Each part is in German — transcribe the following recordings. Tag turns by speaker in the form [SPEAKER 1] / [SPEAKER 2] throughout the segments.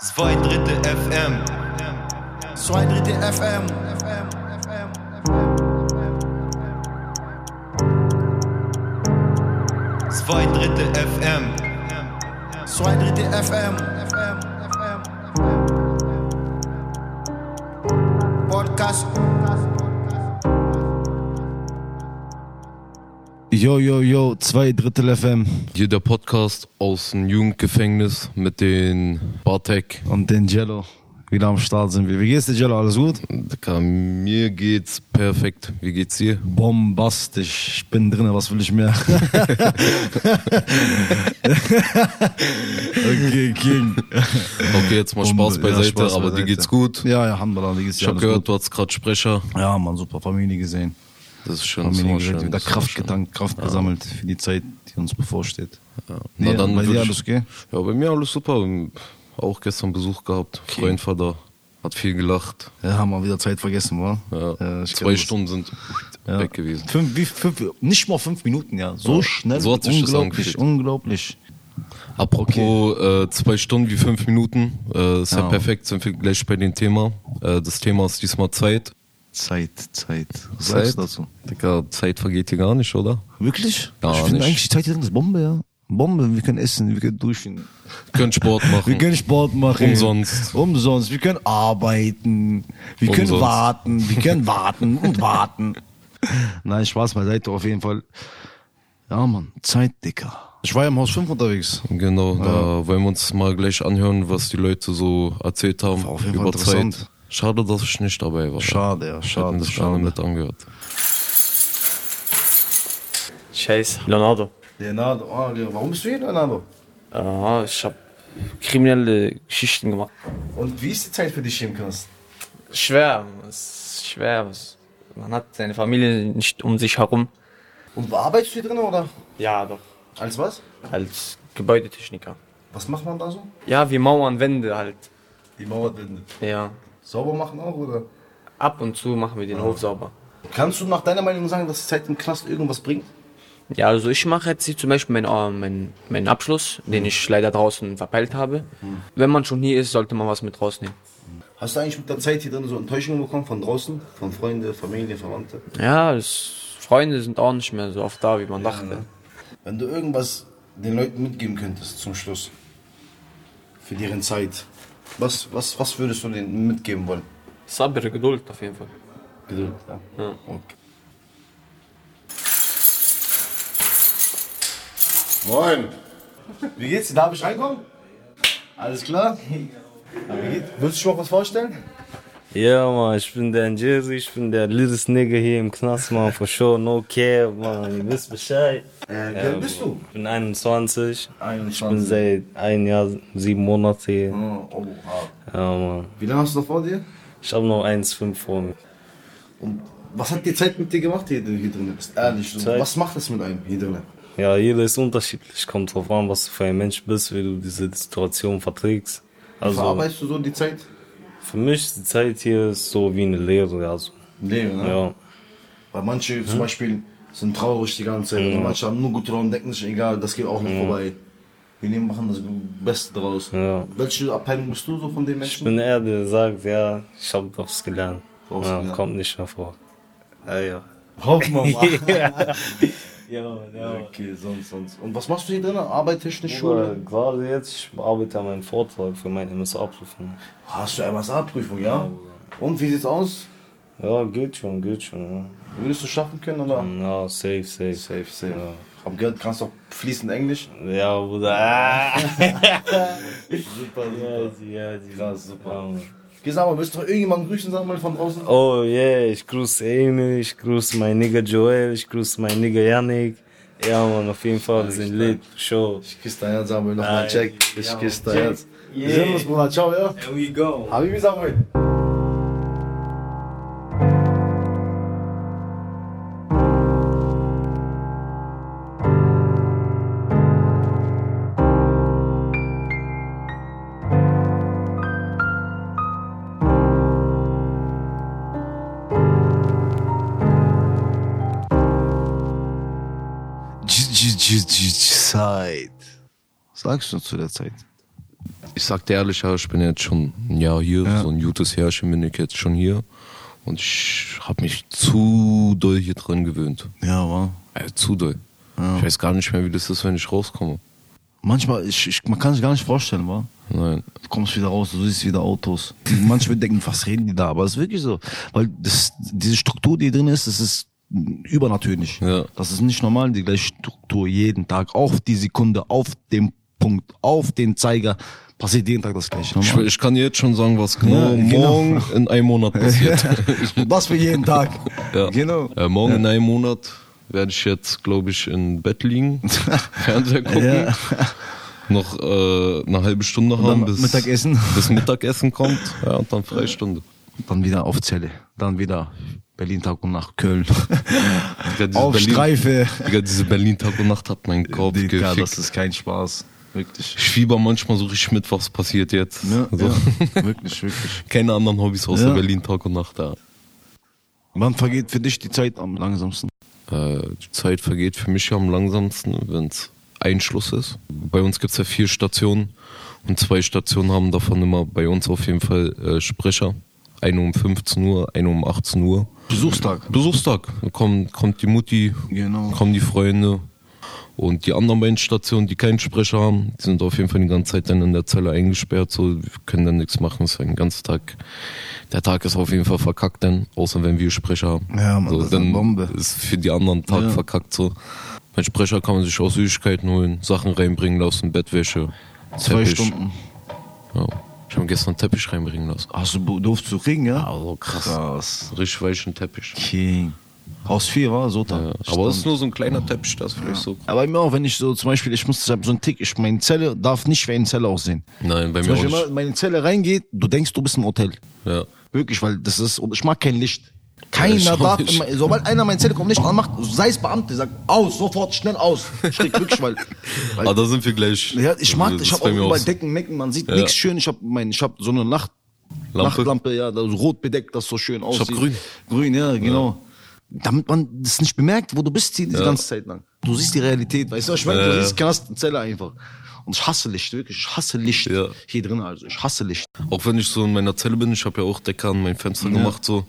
[SPEAKER 1] Zwei Dritte FM.
[SPEAKER 2] Zwei Dritte FM.
[SPEAKER 1] Zwei Dritte FM.
[SPEAKER 2] Zwei Dritte FM. Podcast.
[SPEAKER 3] Yo, yo, yo, zwei Drittel FM
[SPEAKER 4] Hier der Podcast aus dem Jugendgefängnis mit den Bartek.
[SPEAKER 3] und den Jello. Wieder am Start sind wir. Wie geht's dir, Jello? Alles gut?
[SPEAKER 4] Dicker, Mir geht's perfekt. Wie geht's dir?
[SPEAKER 3] Bombastisch. Ich bin drinne, was will ich mehr? okay, King.
[SPEAKER 4] Okay, jetzt mal Spaß
[SPEAKER 3] Bombe. Ja,
[SPEAKER 4] beiseite,
[SPEAKER 3] Spaß
[SPEAKER 4] aber dir
[SPEAKER 3] beiseite.
[SPEAKER 4] geht's gut.
[SPEAKER 3] Ja, ja, Handballer, wie geht's dir?
[SPEAKER 4] ich habe
[SPEAKER 3] Alles
[SPEAKER 4] gehört,
[SPEAKER 3] gut?
[SPEAKER 4] du hast gerade Sprecher.
[SPEAKER 3] Ja, Mann, super. Familie gesehen.
[SPEAKER 4] Das ist schön. Das ist
[SPEAKER 3] Familie
[SPEAKER 4] mal
[SPEAKER 3] gesehen.
[SPEAKER 4] schön.
[SPEAKER 3] Wieder
[SPEAKER 4] das ist
[SPEAKER 3] Kraft
[SPEAKER 4] schön.
[SPEAKER 3] getankt, Kraft gesammelt für die Zeit, die uns bevorsteht. Ja.
[SPEAKER 4] Na, dann würd
[SPEAKER 3] bei dir
[SPEAKER 4] ich-
[SPEAKER 3] alles okay?
[SPEAKER 4] Ja, bei mir alles super. Auch gestern Besuch gehabt. Freund war da. Hat viel gelacht.
[SPEAKER 3] Ja, haben wir wieder Zeit vergessen, wa?
[SPEAKER 4] Ja.
[SPEAKER 3] Ja, ich kenn
[SPEAKER 4] Zwei
[SPEAKER 3] das.
[SPEAKER 4] Stunden sind
[SPEAKER 3] Ja.
[SPEAKER 4] weg gewesen.
[SPEAKER 3] Fünf, wie, fünf, nicht mal fünf Minuten, ja. So
[SPEAKER 4] Ja.
[SPEAKER 3] schnell.
[SPEAKER 4] So hat sich das
[SPEAKER 3] unglaublich,
[SPEAKER 4] angefühlt.
[SPEAKER 3] unglaublich.
[SPEAKER 4] Apropos äh, zwei Stunden wie fünf Minuten, äh, ist ja.
[SPEAKER 3] Ja.
[SPEAKER 4] perfekt, sind wir gleich bei dem Thema. Äh, das Thema ist diesmal Zeit.
[SPEAKER 3] Zeit, Zeit. Was sagst du dazu?
[SPEAKER 4] Digga, Zeit vergeht hier gar nicht, oder?
[SPEAKER 3] Wirklich?
[SPEAKER 4] Ja,
[SPEAKER 3] ich finde
[SPEAKER 4] nicht.
[SPEAKER 3] eigentlich die Zeit ist Bombe, ja. Bombe, wir können essen, wir können duschen.
[SPEAKER 4] Wir können Sport machen.
[SPEAKER 3] Wir können Sport machen.
[SPEAKER 4] Umsonst.
[SPEAKER 3] Umsonst. Wir können arbeiten. Wir können
[SPEAKER 4] Umsonst.
[SPEAKER 3] warten. Wir können warten und warten. Nein, Spaß beiseite auf jeden Fall. Ja, Mann. Zeit, Dicker. Ich war ja im Haus 5 unterwegs.
[SPEAKER 4] genau, da wollen wir uns mal gleich anhören, was die Leute so erzählt haben
[SPEAKER 3] War auf jeden Fall
[SPEAKER 4] über Zeit.
[SPEAKER 3] interessant.
[SPEAKER 4] Schade, dass ich nicht dabei war.
[SPEAKER 3] Schade, ja,
[SPEAKER 4] Ich hätte mir das
[SPEAKER 3] schade,
[SPEAKER 4] gerne
[SPEAKER 3] schade.
[SPEAKER 4] mit angehört.
[SPEAKER 5] Scheiße. Leonardo.
[SPEAKER 3] Leonardo, oh, Leo, warum bist du hier, Leonardo?
[SPEAKER 5] Aha, ich habe kriminelle Geschichten gemacht.
[SPEAKER 3] Und wie ist die Zeit für dich hier im Knast?
[SPEAKER 5] Schwer, es ist schwer. es- Man hat seine Familie nicht um sich herum.
[SPEAKER 3] Und arbeitest du hier drin oder?
[SPEAKER 5] Ja, doch.
[SPEAKER 3] Als was?
[SPEAKER 5] Als Gebäudetechniker.
[SPEAKER 3] Was macht man da so?
[SPEAKER 5] Ja, wir mauern Wände halt.
[SPEAKER 3] Die Mauer binden.
[SPEAKER 5] Ja.
[SPEAKER 3] Sauber machen auch, oder?
[SPEAKER 5] Ab und zu machen wir den Hof sauber.
[SPEAKER 3] Kannst du nach deiner Meinung sagen, dass die Zeit im Knast irgendwas bringt?
[SPEAKER 5] Ja, also ich mache jetzt hier zum Beispiel meinen äh, meinen- meinen Abschluss, den ich leider draußen verpeilt habe. Wenn man schon hier ist, sollte man was mit rausnehmen.
[SPEAKER 6] Hast du eigentlich mit der Zeit hier drin so Enttäuschungen bekommen von draußen? Von Freunde, Familie, Verwandte?
[SPEAKER 5] Ja, es, Freunde sind auch nicht mehr so oft da, wie man dachte.
[SPEAKER 6] Wenn du irgendwas den Leuten mitgeben könntest zum Schluss, für deren Zeit, was, was, was würdest du denen mitgeben wollen?
[SPEAKER 5] Sabere Geduld auf jeden Fall.
[SPEAKER 6] Geduld, ja. Okay. Moin!
[SPEAKER 3] Wie geht's? dir? Darf ich reinkommen? Alles klar? Na, wie geht's? Willst du dich mal was vorstellen?
[SPEAKER 7] Ja, Mann, ich bin der Jersey, ich bin der littlest Nigger hier im Knast, Mann, for sure, no care, Mann, ihr wisst Bescheid.
[SPEAKER 3] Äh, wer bist du?
[SPEAKER 7] Ich bin 21, ich bin
[SPEAKER 3] 21.
[SPEAKER 7] seit ein Jahr, sieben Monate hier.
[SPEAKER 3] Oh, oh, wow.
[SPEAKER 7] Ja, Mann,
[SPEAKER 6] Wie lange hast du noch vor dir?
[SPEAKER 7] ich habe noch 1,5 vor mir.
[SPEAKER 6] Und was hat die Zeit mit dir gemacht, hier, hier drin bist? Ehrlich, so,
[SPEAKER 7] Zeit?
[SPEAKER 6] was macht das mit einem hier drin?
[SPEAKER 7] Ja, jeder ist unterschiedlich, kommt drauf an, was du für ein Mensch bist, wie du diese Situation verträgst. Also,
[SPEAKER 6] Verarbeitest du so die Zeit?
[SPEAKER 7] für mich ist die Zeit hier ist so wie eine Lehre, also,
[SPEAKER 6] Nee, ne?
[SPEAKER 7] ja. Hm?
[SPEAKER 6] Weil manche zum Beispiel sind traurig die ganze Zeit. oder Manche haben nur gute Laune, denken sich, egal, das geht auch noch vorbei. Wir nehmen, machen das Beste draus.
[SPEAKER 7] Ja.
[SPEAKER 6] Welche Abteilung bist du so von den
[SPEAKER 7] Ich
[SPEAKER 6] Menschen?
[SPEAKER 7] bin eher, der sagt, ja, ich habe doch was gelernt.
[SPEAKER 6] Du hast
[SPEAKER 7] ja,
[SPEAKER 6] gelernt.
[SPEAKER 7] kommt nicht mehr vor. Ja, ja.
[SPEAKER 6] Hoffmann.
[SPEAKER 7] Ja, ja.
[SPEAKER 6] okay, sonst, sonst. Und was machst du hier drin? Arbeit, Technik,
[SPEAKER 7] Oder
[SPEAKER 6] Schule?
[SPEAKER 7] gerade jetzt, ich arbeite an meinem Vortrag für meine MSA-Prüfung.
[SPEAKER 6] Hast du MSA-Prüfung, ja? Und wie sieht's aus?
[SPEAKER 7] Ja, geht schon, geht schon.
[SPEAKER 6] Würdest du schaffen können oder?
[SPEAKER 7] Ja, ja safe, safe.
[SPEAKER 6] Safe, safe. Hab gehört, kannst auch fließend Englisch.
[SPEAKER 7] Ja, ja Bruder. Ah.
[SPEAKER 6] Super,
[SPEAKER 7] Ja, die- ja, die-
[SPEAKER 6] Krass, super.
[SPEAKER 7] Ja, Mann.
[SPEAKER 6] Geh, sag mal, willst du doch irgendjemanden grüßen, sag mal von draußen?
[SPEAKER 7] Oh yeah, ich grüße Emil, ich grüße meinen Nigger Joel, ich grüße meinen Nigger Yannick. Ja, man, auf jeden Fall, wir sind lit. Show.
[SPEAKER 6] Ich küsse dein Herz, Samuel, nochmal check. Ich küsse dein Herz. Wir
[SPEAKER 7] Yeah.
[SPEAKER 6] sehen uns, Bruder. Ciao, ja?
[SPEAKER 7] Here we go.
[SPEAKER 6] Habibi, Samuel.
[SPEAKER 3] G -G -G -G Zeit. Was sagst du zu der Zeit?
[SPEAKER 4] ich sag dir ehrlich, ja, ich bin jetzt schon ein Jahr hier, so ein gutes Jahrchen bin ich jetzt schon hier. Und ich habe mich zu doll hier dran gewöhnt.
[SPEAKER 3] Ja, wa?
[SPEAKER 4] Äh, zu doll. Ich weiß gar nicht mehr, wie das ist, wenn ich rauskomme.
[SPEAKER 3] Manchmal, ich, ich, man kann sich gar nicht vorstellen, wa?
[SPEAKER 4] Nein.
[SPEAKER 3] Du kommst wieder raus, du siehst wieder Autos. Manche würden denken, was reden die da? Aber es ist wirklich so. Weil das, diese Struktur, die drin ist, das ist übernatürlich.
[SPEAKER 4] Ja.
[SPEAKER 3] Das ist nicht normal, die gleiche Struktur jeden Tag, auf die Sekunde, auf den Punkt, auf den Zeiger, passiert jeden Tag das gleiche.
[SPEAKER 4] Ich, ich kann dir jetzt schon sagen, was genau
[SPEAKER 3] Ja, genau.
[SPEAKER 4] morgen in einem Monat passiert.
[SPEAKER 3] Was für jeden Tag.
[SPEAKER 4] Ja.
[SPEAKER 3] Genau.
[SPEAKER 4] Äh, morgen in einem Monat werde ich jetzt, glaube ich, im Bett liegen, Fernseher gucken,
[SPEAKER 3] Ja.
[SPEAKER 4] noch äh, eine halbe Stunde haben, bis
[SPEAKER 3] Mittagessen.
[SPEAKER 4] bis Mittagessen kommt ja, und dann Freistunde.
[SPEAKER 3] Dann wieder auf Zelle, dann wieder Berlin Tag und Nacht, Köln.
[SPEAKER 4] Digga, diese
[SPEAKER 3] auf
[SPEAKER 4] Berlin-
[SPEAKER 3] Streife.
[SPEAKER 4] Digga, diese Berlin-Tag und Nacht hat meinen Kopf
[SPEAKER 3] Digga, das
[SPEAKER 4] gefickt.
[SPEAKER 3] ist kein Spaß. Wirklich.
[SPEAKER 4] Ich fieber manchmal so richtig mit, was passiert jetzt.
[SPEAKER 3] Ja,
[SPEAKER 4] so.
[SPEAKER 3] ja, wirklich, wirklich.
[SPEAKER 4] Keine anderen Hobbys außer
[SPEAKER 3] Ja.
[SPEAKER 4] Berlin-Tag und Nacht. Ja.
[SPEAKER 3] Wann vergeht für dich die Zeit am langsamsten?
[SPEAKER 4] Äh, die Zeit vergeht für mich am langsamsten, wenn es ein Schluss ist. Bei uns gibt es ja vier Stationen und zwei Stationen haben davon immer bei uns auf jeden Fall äh, Sprecher. Eine um 15 Uhr, eine um 18 Uhr.
[SPEAKER 3] Besuchstag.
[SPEAKER 4] Besuchstag. Da Kommt, kommt die Mutti,
[SPEAKER 3] Genau.
[SPEAKER 4] kommen die Freunde. Und die anderen beiden Stationen, die keinen Sprecher haben, die sind auf jeden Fall die ganze Zeit dann in der Zelle eingesperrt. So, wir können dann nichts machen. Es ist ein ganzer Tag. Der Tag ist auf jeden Fall verkackt dann, außer wenn wir Sprecher haben.
[SPEAKER 3] Ja, Mann,
[SPEAKER 4] so,
[SPEAKER 3] das ist
[SPEAKER 4] dann
[SPEAKER 3] eine Bombe.
[SPEAKER 4] Ist für die anderen Tag
[SPEAKER 3] Ja.
[SPEAKER 4] verkackt so. Bei Sprecher kann man sich auch Süßigkeiten holen, Sachen reinbringen lassen, Bettwäsche,
[SPEAKER 3] Zwei
[SPEAKER 4] Teppich.
[SPEAKER 3] Stunden.
[SPEAKER 4] Ja. Ich habe gestern einen Teppich reinbringen lassen.
[SPEAKER 3] Hast du durfst du kriegen, ja?
[SPEAKER 4] Also krass.
[SPEAKER 3] Krass.
[SPEAKER 4] Richtig weichen Teppich.
[SPEAKER 3] King. Haus 4 war so da.
[SPEAKER 4] Ja. Aber es ist nur so ein kleiner Teppich, das ist vielleicht so.
[SPEAKER 3] Aber bei mir auch, wenn ich so zum Beispiel, ich muss ich hab so einen Tick, ich meine Zelle darf nicht wie eine Zelle aussehen.
[SPEAKER 4] Nein, bei
[SPEAKER 3] Zum
[SPEAKER 4] mir auch
[SPEAKER 3] Beispiel, wenn
[SPEAKER 4] nicht.
[SPEAKER 3] man in meine Zelle reingeht, du denkst, du bist im Hotel.
[SPEAKER 4] Ja.
[SPEAKER 3] Wirklich, weil das ist, und ich mag kein Licht.
[SPEAKER 4] ich
[SPEAKER 3] Keiner
[SPEAKER 4] auch
[SPEAKER 3] darf,
[SPEAKER 4] nicht.
[SPEAKER 3] in mein- sobald einer meine Zelle kommt, Licht anmacht, sei es Beamte, sagt aus, sofort, schnell aus. Ich krieg wirklich, weil, weil
[SPEAKER 4] Ah, da sind wir gleich.
[SPEAKER 3] Ja, ich mag,
[SPEAKER 4] Also, Das
[SPEAKER 3] ich
[SPEAKER 4] ist
[SPEAKER 3] habe auch
[SPEAKER 4] bei mir
[SPEAKER 3] überall
[SPEAKER 4] so.
[SPEAKER 3] Decken, Mecken, man sieht
[SPEAKER 4] Ja.
[SPEAKER 3] nichts schön. Ich habe mein, ich habe so eine Nacht,
[SPEAKER 4] Lampe.
[SPEAKER 3] Nachtlampe, ja, da so rot bedeckt, das so schön
[SPEAKER 4] hab
[SPEAKER 3] aussieht.
[SPEAKER 4] grün.
[SPEAKER 3] Grün, ja, genau. Damit man das nicht bemerkt, wo du bist die, die ganze Zeit lang. Du siehst die Realität, weißt du, was ich meine,
[SPEAKER 4] Ja,
[SPEAKER 3] du
[SPEAKER 4] ja.
[SPEAKER 3] siehst Knastenzelle einfach. Und ich hasse Licht, wirklich, ich hasse Licht
[SPEAKER 4] Ja.
[SPEAKER 3] hier drin, also ich hasse Licht.
[SPEAKER 4] Auch wenn ich so in meiner Zelle bin, ich habe ja auch Decke an mein Fenster gemacht, so.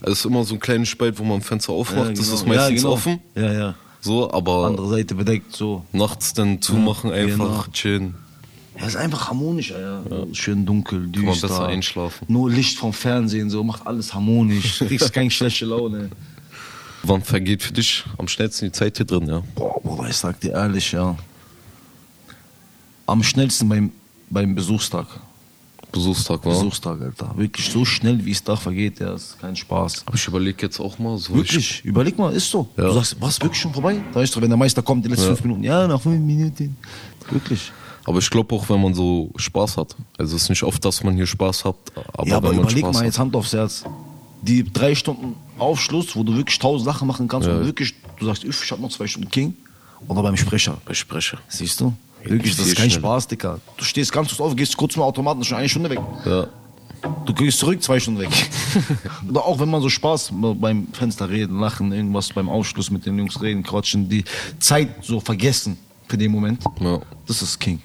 [SPEAKER 4] Es ist immer so ein kleiner Spalt, wo man ein Fenster aufmacht,
[SPEAKER 3] Ja,
[SPEAKER 4] das
[SPEAKER 3] genau.
[SPEAKER 4] ist meistens
[SPEAKER 3] ja, genau.
[SPEAKER 4] offen,
[SPEAKER 3] Ja, ja.
[SPEAKER 4] so, aber
[SPEAKER 3] Andere Seite bedeckt, so.
[SPEAKER 4] nachts dann zumachen einfach,
[SPEAKER 3] genau.
[SPEAKER 4] chillen.
[SPEAKER 3] Ja, ist einfach harmonischer, ja. Schön dunkel, düster.
[SPEAKER 4] man besser einschlafen.
[SPEAKER 3] Nur Licht vom Fernsehen, so, macht alles harmonisch. Kriegst keine schlechte Laune.
[SPEAKER 4] Wann vergeht für dich am schnellsten die Zeit hier drin, ja?
[SPEAKER 3] Boah, Bruder, ich sag dir ehrlich, ja. Am schnellsten beim, beim Besuchstag.
[SPEAKER 4] Besuchstag, war.
[SPEAKER 3] Besuchstag, Alter. Wirklich so schnell, wie es da vergeht, ja, ist kein Spaß.
[SPEAKER 4] Aber ich überlege jetzt auch mal so. Ich,
[SPEAKER 3] Wirklich, überleg mal, ist so.
[SPEAKER 4] Ja.
[SPEAKER 3] Du sagst, was, wirklich schon vorbei? Da ist doch, wenn der Meister kommt, die letzten
[SPEAKER 4] Ja.
[SPEAKER 3] fünf Minuten. Ja, nach fünf Minuten. Wirklich.
[SPEAKER 4] aber ich glaube auch, wenn man so Spaß hat. Also es ist nicht oft, dass man hier Spaß hat, aber,
[SPEAKER 3] ja, aber
[SPEAKER 4] wenn man
[SPEAKER 3] überleg
[SPEAKER 4] Spaß
[SPEAKER 3] mal
[SPEAKER 4] hat.
[SPEAKER 3] jetzt Hand aufs Herz. Die drei Stunden Aufschluss, wo du wirklich tausend Sachen machen kannst
[SPEAKER 4] Ja.
[SPEAKER 3] und wirklich, du sagst, üff, ich hab noch zwei Stunden King. Oder beim Sprecher.
[SPEAKER 4] Ich spreche.
[SPEAKER 3] Siehst du? Wirklich, das
[SPEAKER 4] viel
[SPEAKER 3] ist kein
[SPEAKER 4] schneller.
[SPEAKER 3] Spaß, Dicker. Du stehst ganz kurz auf, gehst kurz zum Automaten, schon eine Stunde weg.
[SPEAKER 4] Ja.
[SPEAKER 3] Du gehst zurück, zwei Stunden weg. Oder auch wenn man so Spaß beim Fenster reden, lachen, irgendwas beim Aufschluss mit den Jungs reden, quatschen, die Zeit so vergessen für den Moment.
[SPEAKER 4] Ja.
[SPEAKER 3] Das ist King.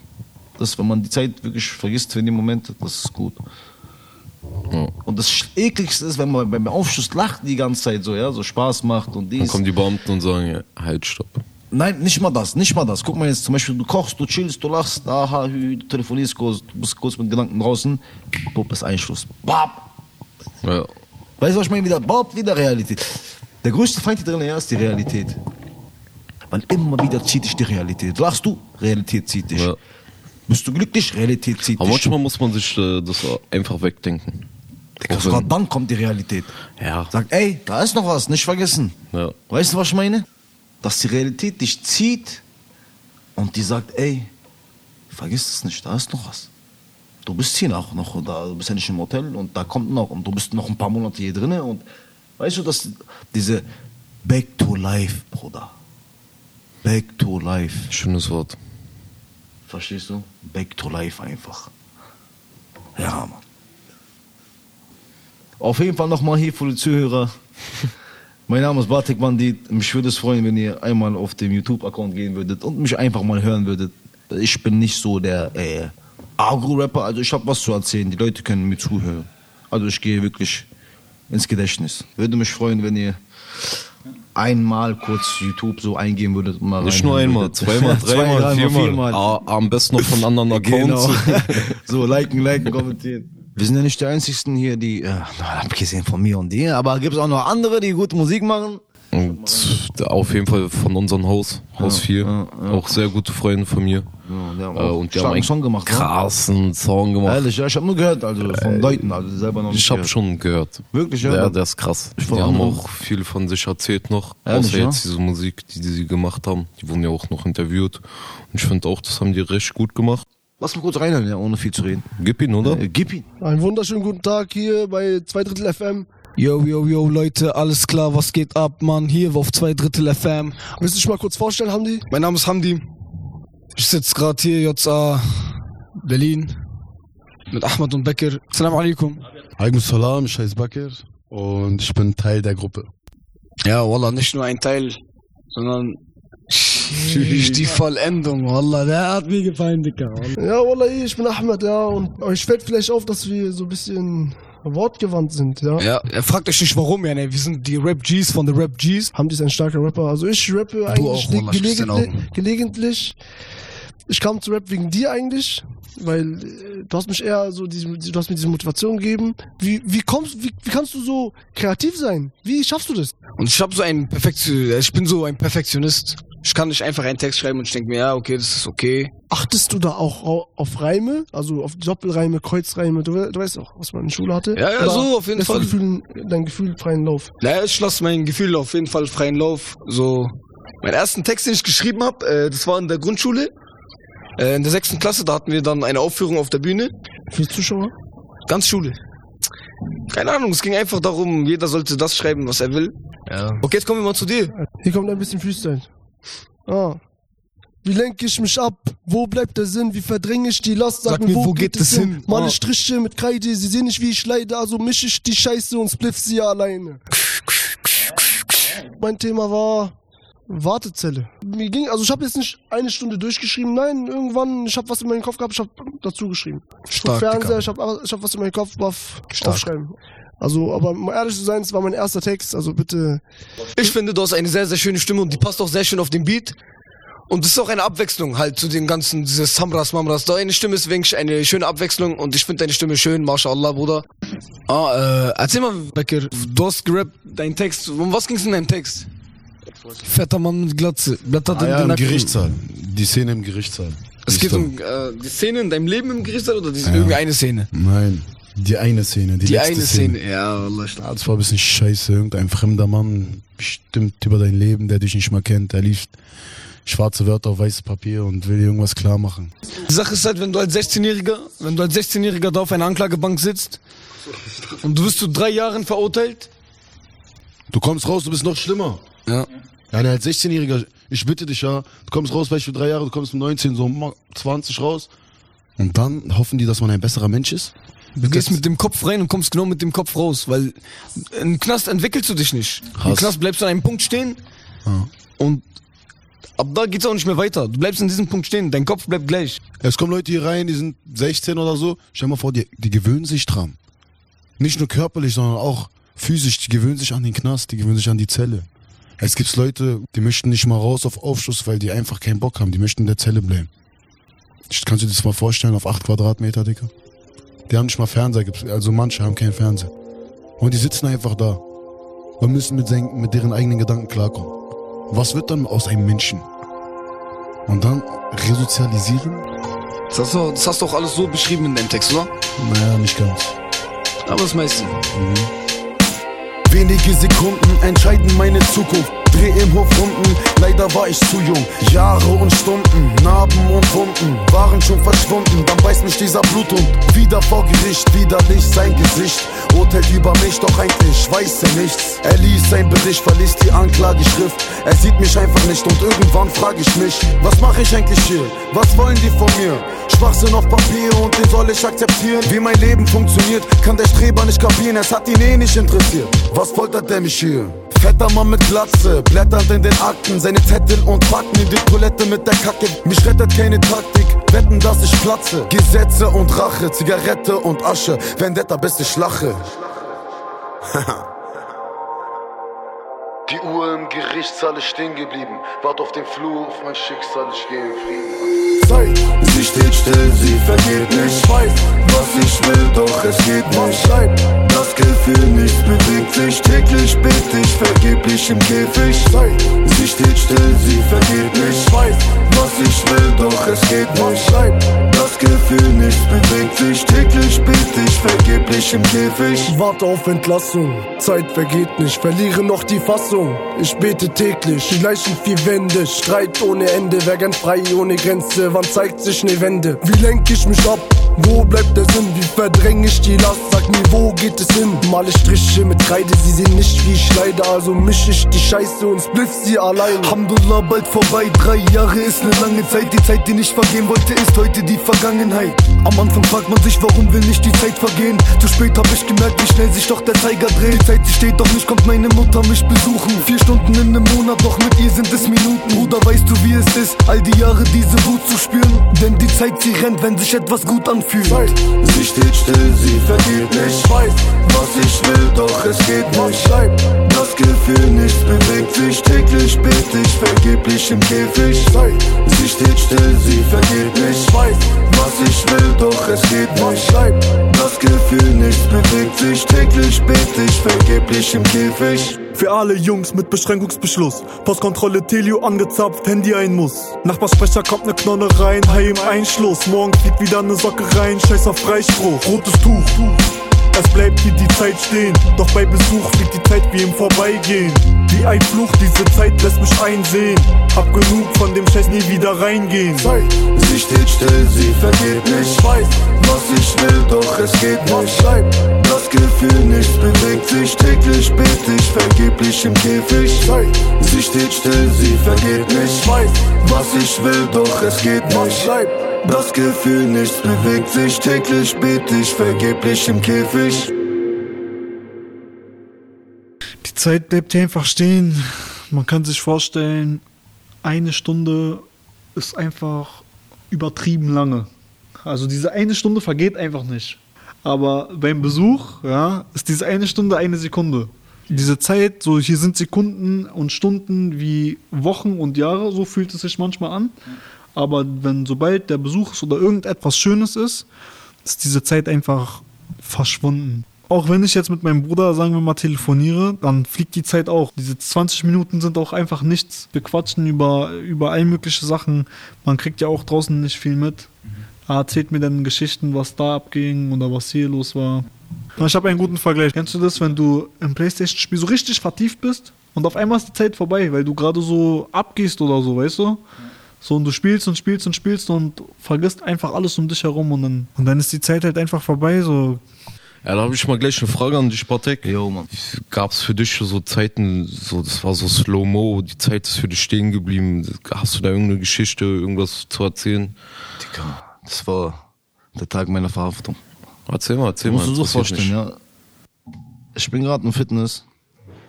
[SPEAKER 3] Das, wenn man die Zeit wirklich vergisst für den Moment, das ist gut. Und das ekligste ist, wenn man beim Aufschluss lacht die ganze Zeit so, ja, so Spaß macht und
[SPEAKER 4] Dann
[SPEAKER 3] dies.
[SPEAKER 4] kommen die Beamten und sagen, ja, halt, stopp.
[SPEAKER 3] Nein, nicht mal das, nicht mal das. Guck mal jetzt zum Beispiel, du kochst, du chillst, du lachst, aha, hü, du telefonierst kurz, du bist kurz mit Gedanken draußen, Bob ist Einschluss. Bab!
[SPEAKER 4] Ja.
[SPEAKER 3] Weißt du, was ich meine? Wieder, Bob, wieder Realität. Der größte Feind hier drin ja, ist die Realität. Weil immer wieder zieht dich die Realität. Lachst du, Realität zieht dich.
[SPEAKER 4] Ja.
[SPEAKER 3] Bist du glücklich, Realität zieht
[SPEAKER 4] Aber
[SPEAKER 3] dich.
[SPEAKER 4] manchmal muss man sich äh, das einfach wegdenken.
[SPEAKER 3] Digga,
[SPEAKER 4] Auch
[SPEAKER 3] sogar
[SPEAKER 4] wenn-
[SPEAKER 3] dann kommt die Realität.
[SPEAKER 4] Ja.
[SPEAKER 3] Sagt, ey, da ist noch was, nicht vergessen.
[SPEAKER 4] Ja.
[SPEAKER 3] Weißt du, was ich meine? Dass die Realität dich zieht und die sagt, ey, vergiss es nicht, da ist noch was. Du bist hier auch noch, da, du bist ja nicht im Hotel und da kommt noch und du bist noch ein paar Monate hier drinnen und weißt du, dass diese Back to Life, Bruder. Back to Life.
[SPEAKER 4] Schönes Wort.
[SPEAKER 3] Verstehst du? Back to life einfach. Ja, Mann. Auf jeden Fall nochmal hier für die Zuhörer. Mein Name ist Batik Bandit. Mich würde es freuen, wenn ihr einmal auf dem YouTube-Account gehen würdet und mich einfach mal hören würdet. Ich bin nicht so der, äh, Agro-Rapper, also ich habe was zu erzählen, die Leute können mir zuhören. Also ich gehe wirklich ins Gedächtnis. Würde mich freuen, wenn ihr einmal kurz YouTube so eingehen würdet. und Mal
[SPEAKER 4] Nicht nur einmal,
[SPEAKER 3] reinhören würdet.
[SPEAKER 4] zweimal, dreimal,
[SPEAKER 3] dreimal,
[SPEAKER 4] viermal.
[SPEAKER 3] viermal.
[SPEAKER 4] Ah, am besten noch von anderen Accounts.
[SPEAKER 3] Genau. so, liken, liken, kommentieren. Wir sind ja nicht die einzigsten hier, die, äh, na, abgesehen von mir und dir, aber gibt es auch noch andere, die gute Musik machen?
[SPEAKER 4] Und auf jeden Fall von unserem Haus, Haus 4. Auch sehr gute Freunde von mir.
[SPEAKER 3] die haben
[SPEAKER 4] Äh,
[SPEAKER 3] auch
[SPEAKER 4] und die
[SPEAKER 3] starken
[SPEAKER 4] haben einen
[SPEAKER 3] Song gemacht, ne?
[SPEAKER 4] krassen Song gemacht.
[SPEAKER 3] Ehrlich, ja, ich habe nur gehört, also von Leuten, also selber noch nicht.
[SPEAKER 4] Äh, Ich habe
[SPEAKER 3] gehört.
[SPEAKER 4] schon gehört.
[SPEAKER 3] Wirklich, ja?
[SPEAKER 4] ja? der ist krass. Die
[SPEAKER 3] von
[SPEAKER 4] haben
[SPEAKER 3] anderen-
[SPEAKER 4] auch viel von sich erzählt noch.
[SPEAKER 3] Ehrlich,
[SPEAKER 4] außer
[SPEAKER 3] ja?
[SPEAKER 4] jetzt diese Musik, die, die sie gemacht haben. Die wurden ja auch noch interviewt. Und ich finde auch, das haben die recht gut gemacht.
[SPEAKER 3] Lass mal kurz reinhören, ja, ohne viel zu reden.
[SPEAKER 4] Gib ihn, oder?
[SPEAKER 3] Äh, gib ihn.
[SPEAKER 8] Einen wunderschönen guten Tag hier bei 2 Drittel FM. Yo, yo, yo, Leute, alles klar, was geht ab, Mann? Hier auf 2 Drittel FM. Willst du dich mal kurz vorstellen, Hamdi? Mein Name ist Hamdi. Ich sitze gerade hier, JA Berlin, mit Ahmad und Bekir. Salam alaikum.
[SPEAKER 9] Alaikum Salam, ich heiße Bakir und ich bin Teil der Gruppe.
[SPEAKER 8] Ja, Wallah, nicht nur ein Teil, sondern die Vollendung, Wallah, der hat mir gefallen, Dicker.
[SPEAKER 9] Ja, Wallahi, ich bin Ahmed, ja, und euch fällt vielleicht auf, dass wir so ein bisschen wortgewandt sind, ja.
[SPEAKER 8] Ja, er fragt euch nicht warum, ja, ne, wir sind die Rap-Gs von der Rap-Gs.
[SPEAKER 9] Hamdi ist ein starker Rapper, also ich rappe eigentlich
[SPEAKER 8] auch,
[SPEAKER 9] ne-
[SPEAKER 8] Wallah, ich küsse deine
[SPEAKER 9] gelegentlich,
[SPEAKER 8] Augen.
[SPEAKER 9] gelegentlich. Ich kam zu Rap wegen dir eigentlich, weil äh, du hast mich eher so, diese, du hast mir diese Motivation gegeben. Wie, wie kommst, wie, wie kannst du so kreativ sein? Wie schaffst du das?
[SPEAKER 8] Und ich habe so ein Perfektion, ich bin so ein Perfektionist. Ich kann nicht einfach einen Text schreiben und ich denke mir, ja, okay, das ist okay.
[SPEAKER 9] Achtest du da auch au- auf Reime, also auf Doppelreime, Kreuzreime? Du, we- du weißt auch, was man in der Schule hatte.
[SPEAKER 8] Ja, ja,
[SPEAKER 9] Oder
[SPEAKER 8] so, auf jeden
[SPEAKER 9] lässt du
[SPEAKER 8] Fall.
[SPEAKER 9] Gefühl, dein Gefühl freien Lauf.
[SPEAKER 8] Naja, ich lasse mein Gefühl auf jeden Fall freien Lauf. So, meinen ersten Text, den ich geschrieben habe, äh, das war in der Grundschule. Äh, in der sechsten Klasse, da hatten wir dann eine Aufführung auf der Bühne.
[SPEAKER 9] Viel Zuschauer.
[SPEAKER 8] Ganz Schule. Keine Ahnung, es ging einfach darum, jeder sollte das schreiben, was er will. Ja. Okay, jetzt kommen wir mal zu dir.
[SPEAKER 9] Hier kommt ein bisschen Freestyle. Ah. Wie lenke ich mich ab? Wo bleibt der Sinn? Wie verdränge ich die Last? Sag, mir, wo geht, es hin? Male
[SPEAKER 8] Ah.
[SPEAKER 9] Striche mit Kreide, sie sehen nicht, wie ich leide, also mische ich die Scheiße und spliff sie alleine. mein Thema war Wartezelle. Mir ging, also ich habe jetzt nicht eine Stunde durchgeschrieben, nein, irgendwann, ich habe was in meinem Kopf gehabt, ich habe dazu geschrieben. Ich guck
[SPEAKER 8] Stark,
[SPEAKER 9] Fernseher,
[SPEAKER 8] Dicker.
[SPEAKER 9] ich habe ich hab was in meinem Kopf, baff, aufschreiben. Also, aber um ehrlich zu sein, es war mein erster Text, also bitte
[SPEAKER 8] Ich finde, du hast eine sehr, sehr schöne Stimme und die passt auch sehr schön auf den Beat. Und das ist auch eine Abwechslung halt zu den ganzen, dieses Samras, Mamras. Deine Stimme ist wirklich eine schöne Abwechslung und ich finde deine Stimme schön, mashallah, Bruder. Ah, äh, erzähl mal, Becker, du hast gerappt, dein Text, um was ging's in deinem Text? Fetter Mann mit Glatze, blättert
[SPEAKER 9] Ah
[SPEAKER 8] in
[SPEAKER 9] ja,
[SPEAKER 8] den
[SPEAKER 9] im
[SPEAKER 8] Nacken.
[SPEAKER 9] Gerichtssaal.
[SPEAKER 10] Die Szene im Gerichtssaal.
[SPEAKER 8] Es geht um äh, die Szene in deinem Leben im Gerichtssaal oder die, irgendeine Szene?
[SPEAKER 10] Nein, die eine Szene, die,
[SPEAKER 8] Die
[SPEAKER 10] letzte
[SPEAKER 8] eine Szene,
[SPEAKER 10] Szene.
[SPEAKER 8] ja, Allah, ich
[SPEAKER 10] Ah, das war ein bisschen scheiße. Irgendein fremder Mann bestimmt über dein Leben, der dich nicht mal kennt. Der liest schwarze Wörter auf weißes Papier und will dir irgendwas klar machen.
[SPEAKER 8] Die Sache ist halt, wenn du als 16-Jähriger, wenn du als 16-Jähriger da auf einer Anklagebank sitzt und du wirst zu drei Jahren verurteilt,
[SPEAKER 10] Du kommst raus, du bist noch schlimmer.
[SPEAKER 8] Ja.
[SPEAKER 10] Ja, ne, als 16-Jähriger, ich bitte dich, ja, du kommst raus, vielleicht für drei Jahre, du kommst mit 19, so ma- 20 raus. Und dann hoffen die, dass man ein besserer Mensch ist?
[SPEAKER 8] du gehst mit dem Kopf rein und kommst genau mit dem Kopf raus, weil im Knast entwickelst du dich nicht. Im
[SPEAKER 10] Hass.
[SPEAKER 8] Knast bleibst du an einem Punkt stehen und ab da geht's auch nicht mehr weiter. Du bleibst an diesem Punkt stehen, dein Kopf bleibt gleich.
[SPEAKER 10] Es kommen Leute hier rein, die sind 16 oder so. Stell mal vor, die, die gewöhnen sich dran. Nicht nur körperlich, sondern auch physisch. Die gewöhnen sich an den Knast, die gewöhnen sich an die Zelle. Es gibt Leute, die möchten nicht mal raus auf Aufschluss, weil die einfach keinen Bock haben. Die möchten in der Zelle bleiben. Ich, kannst du dir das mal vorstellen, auf 8 Quadratmeter, Dicker? Die haben nicht mal Fernseher, gibt's- also manche haben keinen Fernseher. Und die sitzen einfach da und müssen mit, seinen, mit deren eigenen Gedanken klarkommen. Was wird dann aus einem Menschen? Und dann resozialisieren?
[SPEAKER 8] Das hast du, das hast du auch alles so beschrieben in deinem Text, oder?
[SPEAKER 10] Naja, nicht ganz.
[SPEAKER 8] Aber das meiste.
[SPEAKER 10] Wenige Sekunden entscheiden meine Zukunft. Dreh im Hof runden, leider war ich zu jung. Jahre und Stunden, Narben und Wunden waren schon verschwunden. Dann beißt mich dieser Bluthund wieder vor Gericht, widerlich sein Gesicht. Urteilt über mich, doch eigentlich weiß er nichts. Er liest sein Bericht, verließ die Anklageschrift. Er sieht mich einfach nicht und irgendwann frage ich mich, was mache ich eigentlich hier? Was wollen die von mir? Schwachsinn auf Papier und den soll ich akzeptieren. Wie mein Leben funktioniert, kann der Streber nicht kapieren. Es hat ihn eh nicht interessiert. Was foltert der mich hier?
[SPEAKER 11] Fetter Mann mit Glatze, blätternd in den Akten, seine Zettel und Fakten in die Toilette mit der Kacke. Mich rettet keine Taktik, wetten, dass ich platze. Gesetze und Rache, Zigarette und Asche, Vendetta, bis ich lache.
[SPEAKER 12] Die Uhr im Gerichtssaal ist stehen geblieben. Wart auf den Flur, auf mein Schicksal, ich gehe in Frieden.
[SPEAKER 11] Zeit. Sie steht still, sie vergeht nicht. Ich weiß, was ich will, doch es geht nicht. Bleibt das Gefühl, nichts bewegt sich. Täglich bete ich vergeblich im Käfig. Zeit. Sie steht still, sie vergeht nicht. Ich weiß, was ich will, doch es geht nicht. Bleibt das Gefühl, nichts bewegt sich. Täglich bete ich vergeblich im Käfig.
[SPEAKER 13] Ich warte auf Entlassung, Zeit vergeht nicht, verliere noch die Fassung. Ich bete täglich, die gleichen vier Wände, Streit ohne Ende, wer gern frei ohne Grenze, wann zeigt sich ne Wende? Wie lenk ich mich ab? Wo bleibt der Sinn? Wie verdräng ich die Last? Sag mir, wo geht es hin? Male Striche mit Kreide, sie sehen nicht, wie ich leide, also misch ich die Scheiße und spliff sie allein.
[SPEAKER 14] Alhamdulillah, bald vorbei. Drei Jahre ist ne lange Zeit. Die Zeit, die nicht vergehen wollte, ist heute die Vergangenheit. Am Anfang fragt man sich, warum will nicht die Zeit vergehen? Zu spät hab ich gemerkt, wie schnell sich doch der Zeiger dreht. Die Zeit, sie steht doch nicht, kommt meine Mutter mich besuchen. Vier Stunden in nem Monat, doch mit ihr sind es Minuten. Bruder, weißt du, wie es ist, all die Jahre diese Wut zu spüren? Denn die Zeit, sie rennt, wenn sich etwas gut anfühlt.
[SPEAKER 11] Sie steht still, sie vergeht nicht. Ich weiß, was ich will, doch es geht nicht. Bleibt das Gefühl, nichts bewegt sich. Täglich bete ich vergeblich im Käfig. Sie steht still, sie vergeht nicht. Ich weiß, was ich will, doch es geht nicht. Bleibt das Gefühl, nichts bewegt sich. Täglich bete ich vergeblich im Käfig.
[SPEAKER 15] Für alle Jungs mit Beschränkungsbeschluss. Postkontrolle Telio angezapft, Handy ein Muss. Nachbarsprecher kommt ne Knonne rein, Hai im Einschluss. Morgen fliegt wieder ne Socke rein, scheiß auf Freispruch. Rotes Tuch. Es bleibt hier die Zeit stehen, doch bei Besuch fliegt die Zeit wie im Vorbeigehen. Wie ein Fluch, diese Zeit lässt mich einsehen. Hab genug von dem Scheiß nie wieder reingehen.
[SPEAKER 11] Sie steht still, sie vergeht nicht. Ich weiß, was ich will, doch es geht nicht. Bleibt das Gefühl, nichts bewegt sich. Täglich bete ich vergeblich im Käfig. Sie steht still, sie vergeht nicht. Ich weiß, was ich will, doch es geht nicht. Bleibt das Gefühl, nichts bewegt sich. Täglich bete ich vergeblich im Käfig.
[SPEAKER 16] Die Zeit bleibt hier einfach stehen. Man kann sich vorstellen, eine Stunde ist einfach übertrieben lange. Also diese eine Stunde vergeht einfach nicht. Aber beim Besuch, ja, ist diese eine Stunde eine Sekunde. Diese Zeit, so hier sind Sekunden und Stunden wie Wochen und Jahre, so fühlt es sich manchmal an. Aber wenn sobald der Besuch ist oder irgendetwas Schönes ist, ist diese Zeit einfach verschwunden. Auch wenn ich jetzt mit meinem Bruder, sagen wir mal, telefoniere, dann fliegt die Zeit auch. Diese 20 Minuten sind auch einfach nichts. Wir quatschen über, über all mögliche Sachen. Man kriegt ja auch draußen nicht viel mit. Er erzählt mir dann Geschichten, was da abging oder was hier los war. Ich habe einen guten Vergleich. Kennst du das, wenn du im Playstation-Spiel so richtig vertieft bist und auf einmal ist die Zeit vorbei, weil du gerade so abgehst oder so, weißt du? So, und du spielst und spielst und spielst und vergisst einfach alles um dich herum und dann, und dann ist die Zeit halt einfach vorbei. So,
[SPEAKER 4] Ja, da habe ich mal gleich eine Frage an dich, Patek. Jo, Mann. Gab's für dich so Zeiten, so das war so Slow-Mo, die Zeit ist für dich stehen geblieben. Hast du da irgendeine Geschichte, irgendwas zu erzählen?
[SPEAKER 3] Digga, das war der Tag meiner Verhaftung.
[SPEAKER 4] Erzähl mal, erzähl mal.
[SPEAKER 3] Musst du so
[SPEAKER 4] interessiert
[SPEAKER 3] vorstellen,
[SPEAKER 4] mich.
[SPEAKER 3] ja. Ich bin gerade im Fitness.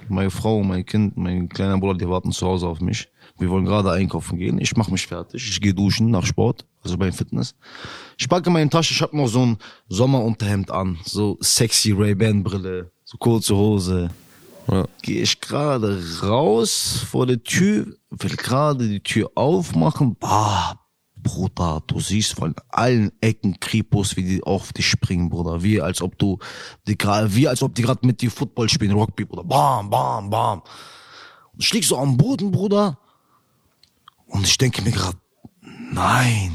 [SPEAKER 3] Meine Frau, mein Kind, mein kleiner Bruder, die warten zu Hause auf mich. Wir wollen gerade einkaufen gehen. Ich mache mich fertig. Ich gehe duschen nach Sport, also beim Fitness. Ich packe meine Tasche. Ich habe noch so ein Sommerunterhemd an, so sexy Ray-Ban-Brille, so kurze Hose. Gehe ich gerade raus vor der Tür, will gerade die Tür aufmachen. Bah, Bruder, du siehst von allen Ecken Kripos, wie die auf dich springen, Bruder. Wie als ob du, die, gra- wie als ob die gerade mit dir Football spielen, Rugby, Bruder. Bam, bam, bam. Und ich lieg so am Boden, Bruder. Und ich denke mir gerade, nein.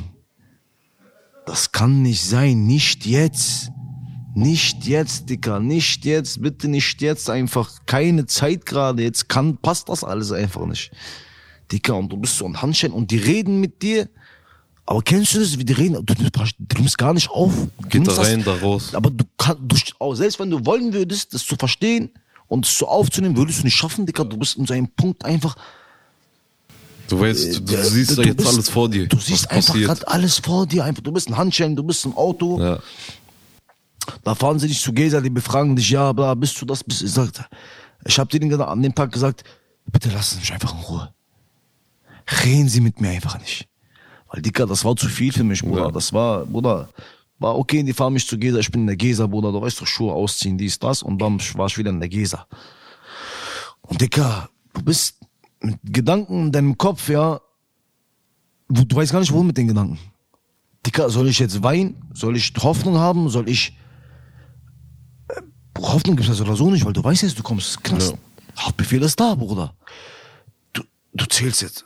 [SPEAKER 3] Das kann nicht sein, nicht jetzt. Nicht jetzt, Dicker, nicht jetzt, bitte nicht jetzt, einfach keine Zeit gerade, jetzt kann, passt das alles einfach nicht. Dicker, und du bist so ein Handschein und die reden mit dir, aber kennst du das, wie die reden? Du, du, du nimmst gar nicht auf. Du
[SPEAKER 4] Geht da
[SPEAKER 3] nimmst das-
[SPEAKER 4] rein, da raus.
[SPEAKER 3] Aber du kannst, du, auch selbst wenn du wollen würdest, das zu verstehen und es so aufzunehmen, würdest du nicht schaffen, Dicker. Du bist in so einem Punkt einfach,
[SPEAKER 4] Du weißt, du, du
[SPEAKER 3] äh,
[SPEAKER 4] siehst
[SPEAKER 3] du
[SPEAKER 4] da jetzt
[SPEAKER 3] bist-
[SPEAKER 4] alles vor dir.
[SPEAKER 3] du siehst
[SPEAKER 4] was
[SPEAKER 3] einfach
[SPEAKER 4] passiert.
[SPEAKER 3] gerade alles vor dir. Einfach, du bist ein Handschellen, du bist im Auto.
[SPEAKER 4] Ja.
[SPEAKER 3] Da fahren sie dich zu Gesa, die befragen dich, ja, bla, bist du das, bist du, sagt, Ich habe denen gena- an dem Tag gesagt, bitte lassen Sie mich einfach in Ruhe. Reden Sie mit mir einfach nicht. Weil, Dicker, das war zu viel für mich, Bruder. Das war, Bruder, war okay, die fahren mich zu Gesa, ich bin in der Gesa, Bruder, du weißt doch, Schuhe ausziehen, dies, das. Und dann war ich wieder in der Gesa. Und Dicker, du bist mit Gedanken in deinem Kopf, ja, wo- du weißt gar nicht, wohin mit den Gedanken. Dicker, soll ich jetzt weinen? Soll ich Hoffnung haben? Soll ich äh, Hoffnung gibt es oder so nicht, weil du weißt jetzt, du kommst ins Knast. Haftbefehl ist da, Bruder. Du, du zählst jetzt.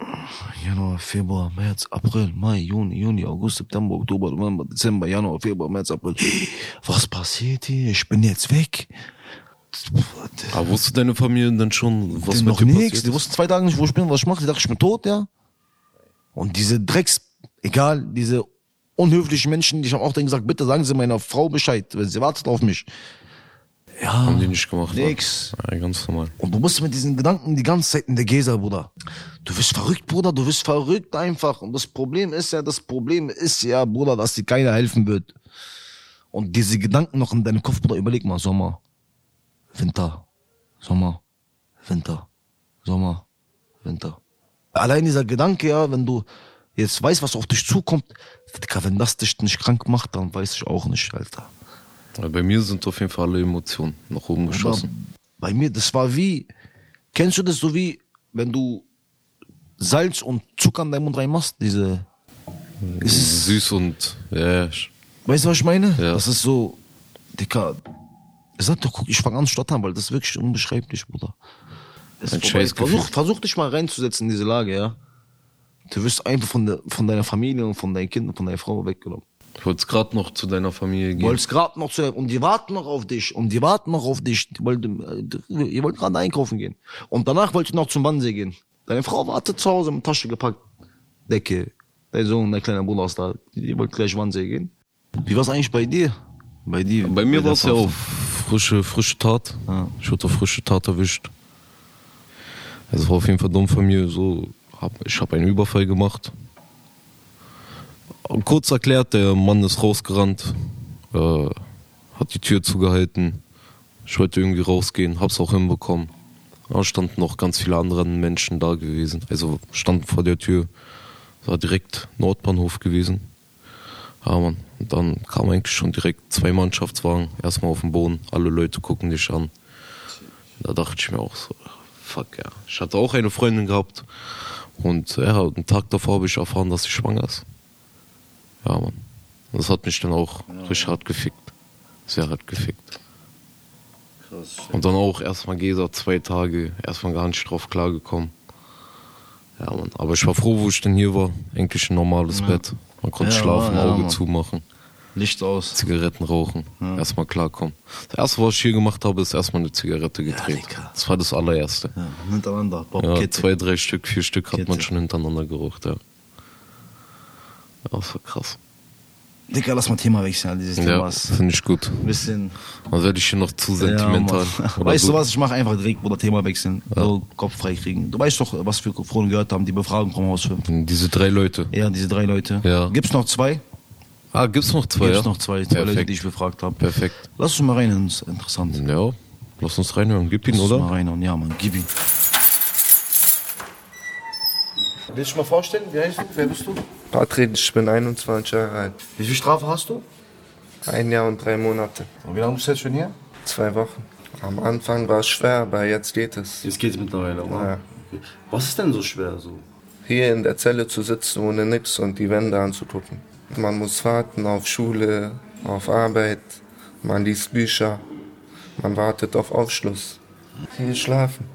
[SPEAKER 3] äh, Januar, Februar, März, April, Mai, Juni, Juni, August, September, Oktober, November, Dezember, Januar, Februar, März, April. Was passiert hier? Ich bin jetzt weg.
[SPEAKER 4] Aber Ah, wusste deine Familie denn schon, was
[SPEAKER 3] die
[SPEAKER 4] mit
[SPEAKER 3] noch
[SPEAKER 4] dir
[SPEAKER 3] nichts. Die
[SPEAKER 4] passiert?
[SPEAKER 3] wussten zwei Tage nicht, wo ich bin, was ich mache. Die dachten, ich bin tot, ja. Und diese Drecks, egal, diese unhöflichen Menschen, die haben auch denen gesagt, bitte sagen Sie meiner Frau Bescheid, weil sie wartet auf mich. Ja. Haben
[SPEAKER 4] die nicht gemacht. ne?
[SPEAKER 3] Nix.
[SPEAKER 4] Ja, ganz normal.
[SPEAKER 3] Und du bist mit diesen Gedanken die ganze Zeit in der Gesa, Bruder. Du wirst verrückt, Bruder, du wirst verrückt einfach. Und das Problem ist ja, das Problem ist ja, Bruder, dass dir keiner helfen wird. Und diese Gedanken noch in deinem Kopf, Bruder, überleg mal, Sommer, Winter, Sommer, Winter, Sommer, Winter. Allein dieser Gedanke, ja, wenn du jetzt weißt, was auf dich zukommt, Dicker, wenn das dich nicht krank macht, dann weiß ich auch nicht, Alter.
[SPEAKER 4] Ja, Bei mir sind auf jeden Fall alle Emotionen nach oben geschossen.
[SPEAKER 3] Bei mir, das war wie, kennst du das so wie, wenn du Salz und Zucker in deinen Mund reinmachst? Diese,
[SPEAKER 4] Mhm. Süß und, ja, sch-
[SPEAKER 3] weißt du, was ich meine? Das ist so, Dicker, ich sag doch, guck, ich fange an zu stottern, weil das ist wirklich unbeschreiblich, Bruder. Es
[SPEAKER 4] Ein
[SPEAKER 3] ist vorbei.
[SPEAKER 4] Scheißgefühl.
[SPEAKER 3] versuch, versuch dich mal reinzusetzen in diese Lage, ja. Du wirst einfach von, der, von deiner Familie und von deinen Kindern, von deiner Frau weggenommen.
[SPEAKER 4] ich wollte gerade noch zu deiner Familie
[SPEAKER 3] Du
[SPEAKER 4] gehen.
[SPEAKER 3] wolltest gerade noch zu, und die warten noch auf dich, und die warten noch auf dich. Die wollten, äh, ihr wollt gerade einkaufen gehen. Und danach wollt ihr noch zum Wannsee gehen. Deine Frau wartet zu Hause mit Tasche gepackt. Decke. Dein Sohn, dein kleiner Bruder ist da. Ihr wollt gleich Wannsee gehen. Wie war's eigentlich bei dir? Bei dir?
[SPEAKER 4] Bei mir
[SPEAKER 3] der
[SPEAKER 4] war es ja
[SPEAKER 3] Verhaftung?
[SPEAKER 4] auch frische, frische Tat. Ich wurde auf frische Tat erwischt. Es war auf jeden Fall dumm von mir. So, hab, ich habe einen Überfall gemacht. Und kurz erklärt, der Mann ist rausgerannt, äh, hat die Tür zugehalten. Ich wollte irgendwie rausgehen, hab's auch hinbekommen. Da standen noch ganz viele andere Menschen da gewesen. Also standen vor der Tür. War direkt Nordbahnhof gewesen. Ja, Mann. Und dann kam eigentlich schon direkt zwei Mannschaftswagen, erstmal auf den Boden, alle Leute gucken dich an. Da dachte ich mir auch so, fuck ja. Ich hatte auch eine Freundin gehabt und ja, einen Tag davor habe ich erfahren, dass sie schwanger ist. Ja, Mann. Das hat mich dann auch richtig hart gefickt. Sehr hart gefickt. Und dann auch erstmal Gesa zwei Tage, erstmal gar nicht drauf klargekommen. Ja, Mann. Aber ich war froh, wo ich denn hier war. Eigentlich ein normales Bett. Man konnte
[SPEAKER 3] Ja,
[SPEAKER 4] schlafen,
[SPEAKER 3] Mann, ja,
[SPEAKER 4] Auge
[SPEAKER 3] Mann.
[SPEAKER 4] zumachen.
[SPEAKER 3] Licht aus.
[SPEAKER 4] Zigaretten rauchen. Erstmal klarkommen. Das erste, was ich hier gemacht habe, ist erstmal eine Zigarette gedreht. das war das allererste.
[SPEAKER 3] Ja, hintereinander. Bob,
[SPEAKER 4] Ja,
[SPEAKER 3] Kette.
[SPEAKER 4] zwei, drei Stück, vier Stück hat man schon hintereinander geraucht, ja. ja das war krass.
[SPEAKER 3] Dicker, lass mal Thema wechseln, Alter, dieses
[SPEAKER 4] Ja,
[SPEAKER 3] Thema ist
[SPEAKER 4] finde ich gut.
[SPEAKER 3] bisschen.
[SPEAKER 4] Dann werde ich hier noch zu sentimental.
[SPEAKER 3] Ja, Mann.
[SPEAKER 4] Oder
[SPEAKER 3] weißt
[SPEAKER 4] so.
[SPEAKER 3] du was, ich mache einfach direkt oder Thema wechseln. So Kopf frei kriegen. Du weißt doch, was wir vorhin gehört haben, die Befragung vom Haus 5.
[SPEAKER 4] Diese drei Leute.
[SPEAKER 3] Ja, diese drei Leute.
[SPEAKER 4] Ja.
[SPEAKER 3] Gibt's noch zwei?
[SPEAKER 4] Ah, gibt's noch zwei?
[SPEAKER 3] Gibt's
[SPEAKER 4] ja?
[SPEAKER 3] noch zwei, zwei
[SPEAKER 4] Perfekt.
[SPEAKER 3] Leute, die ich befragt habe.
[SPEAKER 4] Perfekt.
[SPEAKER 3] Lass uns mal reinhören, ist interessant.
[SPEAKER 4] Ja, lass uns reinhören. Gib ihn,
[SPEAKER 3] lass
[SPEAKER 4] oder?
[SPEAKER 3] Lass uns mal reinhören, ja, Mann, gib ihn.
[SPEAKER 6] Willst du dich mal vorstellen? Wie heißt du? Wer bist du?
[SPEAKER 17] Patrick, ich bin 21 Jahre alt.
[SPEAKER 6] Wie viel Strafe hast du?
[SPEAKER 17] Ein Jahr und drei Monate.
[SPEAKER 6] Und wie lange bist du jetzt schon hier?
[SPEAKER 17] Zwei Wochen. Am Anfang war es schwer, aber jetzt geht es.
[SPEAKER 6] Jetzt geht's mittlerweile,
[SPEAKER 17] Ja.
[SPEAKER 6] Was ist denn so schwer so?
[SPEAKER 17] Hier in der Zelle zu sitzen ohne nichts und die Wände anzugucken. Man muss warten auf Schule, auf Arbeit, man liest Bücher, man wartet auf Aufschluss. Viel schlafen.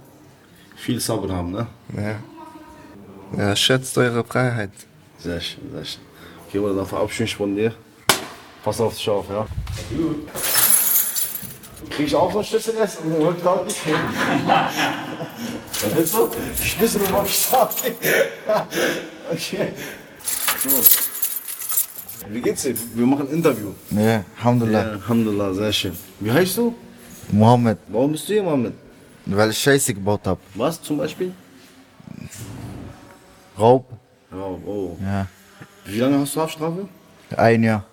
[SPEAKER 6] Viel Sabber haben, ne?
[SPEAKER 17] Ja. ja schätzt eure Freiheit.
[SPEAKER 6] Sehr schön, sehr schön. Okay, Bruder, dann verabschiede ich mich von dir. Pass auf dich auf, ja? Krieg ich auch so einen Schlüssel erst? Und dann glaub ich nicht. Was willst du? Schlüssel und mach ich ab. Okay. So. Wie geht's dir? Wir machen ein Interview.
[SPEAKER 18] Ja, Alhamdulillah.
[SPEAKER 6] Ja, Alhamdulillah, sehr schön. Wie heißt du?
[SPEAKER 18] Mohammed,
[SPEAKER 6] Warum bist du hier, Mohammed?
[SPEAKER 18] weil ich Scheiße gebaut habe.
[SPEAKER 6] Was zum Beispiel?
[SPEAKER 18] Raub,
[SPEAKER 6] Oh, oh.
[SPEAKER 18] ja.
[SPEAKER 6] Wie lange hast du Haftstrafe?
[SPEAKER 18] ein Jahr.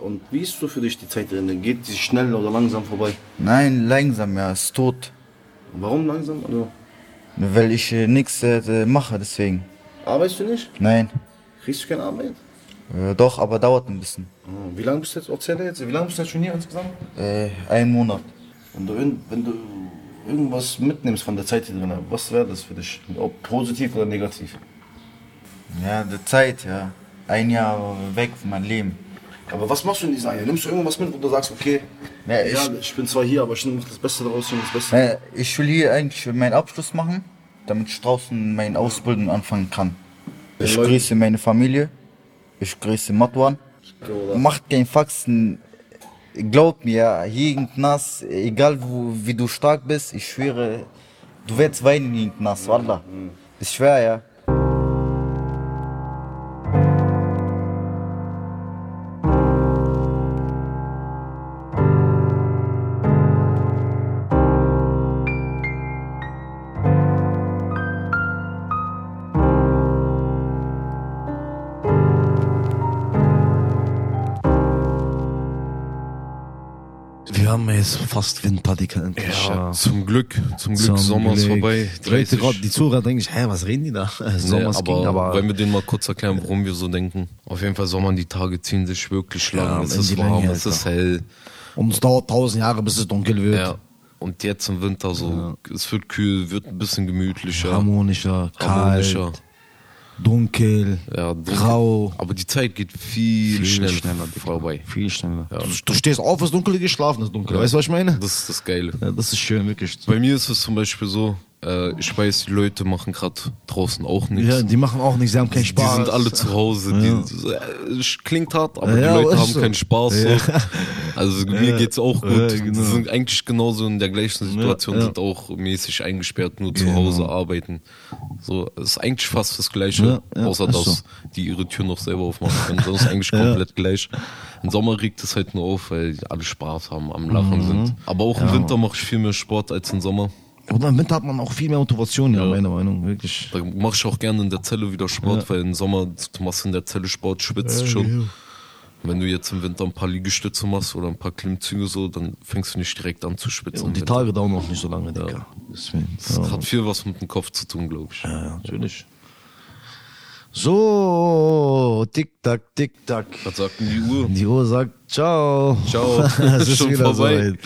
[SPEAKER 6] Und wie ist so für dich die Zeit drin? Geht sie schnell oder langsam vorbei?
[SPEAKER 18] Nein, langsam, ja, ist tot.
[SPEAKER 6] Warum langsam? Also,
[SPEAKER 18] Weil ich äh, nichts äh, mache, deswegen.
[SPEAKER 6] arbeitest du nicht?
[SPEAKER 18] Nein.
[SPEAKER 6] Kriegst du keine Arbeit?
[SPEAKER 18] Äh, doch, aber dauert ein bisschen.
[SPEAKER 6] Ah, Wie lange bist du jetzt, erzähl jetzt, wie lange bist du jetzt schon hier insgesamt?
[SPEAKER 18] Äh, ein Monat.
[SPEAKER 6] Wenn du, irgend- wenn du irgendwas mitnimmst von der Zeit hier drin, was wäre das für dich? Ob positiv oder negativ?
[SPEAKER 18] Ja, die Zeit, ja. Ein Jahr weg von meinem Leben.
[SPEAKER 6] Aber was machst du in diesem Jahr? Nimmst du irgendwas mit, wo du sagst, okay,
[SPEAKER 18] Ja, ich-
[SPEAKER 6] egal, ich, bin zwar hier, aber ich mache das Beste daraus, ich mach das Beste.
[SPEAKER 18] Äh, ich will hier eigentlich meinen Abschluss machen, damit ich draußen meine Ausbildung anfangen kann. Ich
[SPEAKER 6] Leute-
[SPEAKER 18] grüße meine Familie. Ich grüße Matwan. Macht kein Faxen. Glaub mir, hier im Knast, egal wo, wie du stark bist, ich schwöre, du wirst weinen hier im Knast, Wallah. Ist schwer, ja.
[SPEAKER 3] Wir haben jetzt fast Windpartikel endlich.
[SPEAKER 4] Ja, zum Glück, zum Glück, Sommer ist vorbei,
[SPEAKER 3] Die Leute
[SPEAKER 4] 30.
[SPEAKER 3] gerade, die Zuhörer denken sich, hä, was reden die da? Sommer ist
[SPEAKER 4] aber,
[SPEAKER 3] ging, aber
[SPEAKER 4] Wollen wir denen mal kurz erklären, warum wir so denken? Auf jeden Fall, Sommer, die Tage ziehen sich wirklich lang.
[SPEAKER 3] Ja,
[SPEAKER 4] es
[SPEAKER 3] in die
[SPEAKER 4] ist warm,
[SPEAKER 3] Länge,
[SPEAKER 4] es ist
[SPEAKER 3] Alter.
[SPEAKER 4] hell.
[SPEAKER 3] Und es dauert tausend Jahre, bis es dunkel wird.
[SPEAKER 4] Ja. Und jetzt im Winter so, es wird kühl, wird ein bisschen gemütlicher.
[SPEAKER 3] Harmonischer,
[SPEAKER 4] harmonischer.
[SPEAKER 3] kalt, dunkel,
[SPEAKER 4] Ja, dunkel.
[SPEAKER 3] grau.
[SPEAKER 4] Aber die Zeit geht viel,
[SPEAKER 3] Viel
[SPEAKER 4] schneller,
[SPEAKER 3] schneller,
[SPEAKER 4] vorbei.
[SPEAKER 3] Viel schneller.
[SPEAKER 4] Ja.
[SPEAKER 3] Du stehst auf, es ist dunkel, geschlafen ist dunkel. Weißt du, was ich meine?
[SPEAKER 4] Das ist das Geile.
[SPEAKER 3] Ja, das ist schön, wirklich.
[SPEAKER 4] Bei mir ist es zum Beispiel so, äh, ich weiß, die Leute machen gerade draußen auch nichts.
[SPEAKER 3] Ja, die machen auch nichts, sie haben keinen Spaß.
[SPEAKER 4] Die sind alle zu Hause.
[SPEAKER 3] Ja.
[SPEAKER 4] Die, so, äh, es klingt hart, aber
[SPEAKER 3] Ja,
[SPEAKER 4] die
[SPEAKER 3] aber
[SPEAKER 4] Leute
[SPEAKER 3] ist
[SPEAKER 4] haben
[SPEAKER 3] so.
[SPEAKER 4] keinen Spaß.
[SPEAKER 3] Ja.
[SPEAKER 4] So. Also mir
[SPEAKER 3] Ja.
[SPEAKER 4] geht's auch gut.
[SPEAKER 3] Ja, genau.
[SPEAKER 4] Die sind eigentlich genauso in der gleichen Situation,
[SPEAKER 3] ja.
[SPEAKER 4] sind auch mäßig eingesperrt, nur zu
[SPEAKER 3] Genau.
[SPEAKER 4] Hause arbeiten. So, es ist eigentlich fast das Gleiche,
[SPEAKER 3] Ja, ja,
[SPEAKER 4] außer
[SPEAKER 3] ist
[SPEAKER 4] dass
[SPEAKER 3] so.
[SPEAKER 4] die ihre Tür noch selber aufmachen können. Sonst ist eigentlich
[SPEAKER 3] Ja.
[SPEAKER 4] komplett gleich. Im Sommer regt es halt nur auf, weil alle Spaß haben, am Lachen
[SPEAKER 3] Mhm.
[SPEAKER 4] sind. Aber auch im
[SPEAKER 3] Ja.
[SPEAKER 4] Winter mache ich viel mehr Sport als im Sommer.
[SPEAKER 3] Und im Winter hat man auch viel mehr Motivation, ja, meiner Meinung, wirklich.
[SPEAKER 4] Da mache ich auch gerne in der Zelle wieder Sport,
[SPEAKER 3] Ja.
[SPEAKER 4] weil im Sommer du machst in der Zelle Sport, schwitzt
[SPEAKER 3] Ja,
[SPEAKER 4] schon.
[SPEAKER 3] ja.
[SPEAKER 4] Wenn du jetzt im Winter ein paar Liegestütze machst oder ein paar Klimmzüge so, dann fängst du nicht direkt an zu
[SPEAKER 3] Ja,
[SPEAKER 4] schwitzen.
[SPEAKER 3] und die
[SPEAKER 4] im Winter.
[SPEAKER 3] Tage dauern auch nicht so lange, Digga. Deswegen,
[SPEAKER 4] Das
[SPEAKER 3] ja.
[SPEAKER 4] hat viel was mit dem Kopf zu tun, glaube ich.
[SPEAKER 3] Ja, natürlich. So, tick tack, tick tack.
[SPEAKER 4] Was sagt denn die Uhr?
[SPEAKER 3] Die Uhr sagt ciao.
[SPEAKER 4] Ciao.
[SPEAKER 3] es ist
[SPEAKER 4] Schon
[SPEAKER 3] wieder
[SPEAKER 4] vorbei.
[SPEAKER 3] soweit.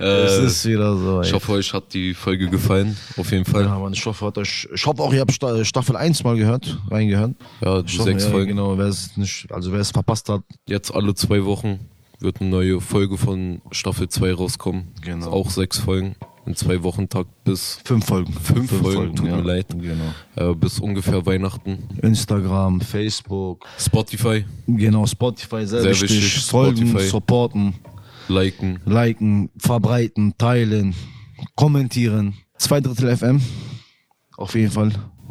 [SPEAKER 3] es
[SPEAKER 4] Äh,
[SPEAKER 3] ist wieder soweit.
[SPEAKER 4] Ich hoffe, euch hat die Folge gefallen. Auf jeden Fall.
[SPEAKER 3] Ja, Mann, ich hoffe, hat euch, ich hoffe auch, ihr habt Sta- Staffel 1 mal gehört, reingehört.
[SPEAKER 4] Ja,
[SPEAKER 3] Ich
[SPEAKER 4] die
[SPEAKER 3] hoffe,
[SPEAKER 4] sechs
[SPEAKER 3] ja,
[SPEAKER 4] Folgen.
[SPEAKER 3] Genau, wer es nicht, also wer es verpasst hat,
[SPEAKER 4] Jetzt alle zwei Wochen wird eine neue Folge von Staffel 2 rauskommen.
[SPEAKER 3] Genau.
[SPEAKER 4] Auch sechs Folgen. In zwei Wochen Tag bis.
[SPEAKER 3] Fünf Folgen.
[SPEAKER 4] Fünf,
[SPEAKER 3] Fünf
[SPEAKER 4] Folgen,
[SPEAKER 3] Folgen,
[SPEAKER 4] tut
[SPEAKER 3] ja. Genau.
[SPEAKER 4] mir leid. Äh, bis ungefähr Weihnachten.
[SPEAKER 3] Instagram, Facebook,
[SPEAKER 4] Spotify.
[SPEAKER 3] genau, Spotify, sehr,
[SPEAKER 4] Sehr
[SPEAKER 3] wichtig.
[SPEAKER 4] wichtig,
[SPEAKER 3] Folgen,
[SPEAKER 4] Spotify.
[SPEAKER 3] supporten,
[SPEAKER 4] Liken.
[SPEAKER 3] liken, verbreiten, teilen, kommentieren. Zwei Drittel FM. Auf jeden Fall.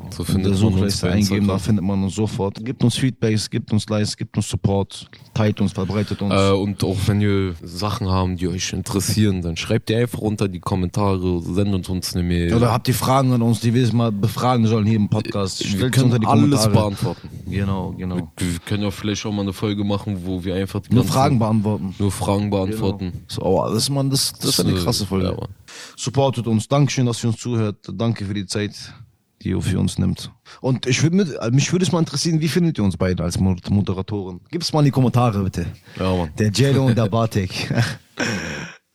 [SPEAKER 4] So
[SPEAKER 3] In
[SPEAKER 4] findet
[SPEAKER 3] der
[SPEAKER 4] man uns
[SPEAKER 3] Suchleiste
[SPEAKER 4] bei
[SPEAKER 3] eingeben, da
[SPEAKER 4] Instagram.
[SPEAKER 3] findet man uns sofort. Gibt uns Feedbacks, gibt uns Likes, gibt uns Support, teilt uns, verbreitet uns.
[SPEAKER 4] Äh, und auch wenn ihr Sachen haben, die euch interessieren, dann schreibt ihr einfach unter die Kommentare, sendet uns eine Mail.
[SPEAKER 3] Oder habt ihr Fragen an uns, die wir mal befragen sollen hier im Podcast?
[SPEAKER 4] wir
[SPEAKER 3] Stellt
[SPEAKER 4] können
[SPEAKER 3] unter die
[SPEAKER 4] alles
[SPEAKER 3] Kommentare.
[SPEAKER 4] beantworten.
[SPEAKER 3] Genau, genau.
[SPEAKER 4] Wir können ja vielleicht auch mal eine Folge machen, wo wir einfach die
[SPEAKER 3] Nur
[SPEAKER 4] ganzen-
[SPEAKER 3] Fragen beantworten.
[SPEAKER 4] Nur Fragen beantworten.
[SPEAKER 3] Genau. So, aber das, man, das, das ist eine
[SPEAKER 4] äh,
[SPEAKER 3] krasse Folge.
[SPEAKER 4] ja, Mann.
[SPEAKER 3] Supportet uns. Dankeschön, dass ihr uns zuhört. Danke für die Zeit, die ihr für uns nimmt. Und ich würd mit, äh, mich würde es mal interessieren, wie findet ihr uns beide als Mod- Moderatoren? Gibt's mal in die Kommentare, bitte.
[SPEAKER 4] Ja, Mann.
[SPEAKER 3] Der Jello und der Bartek.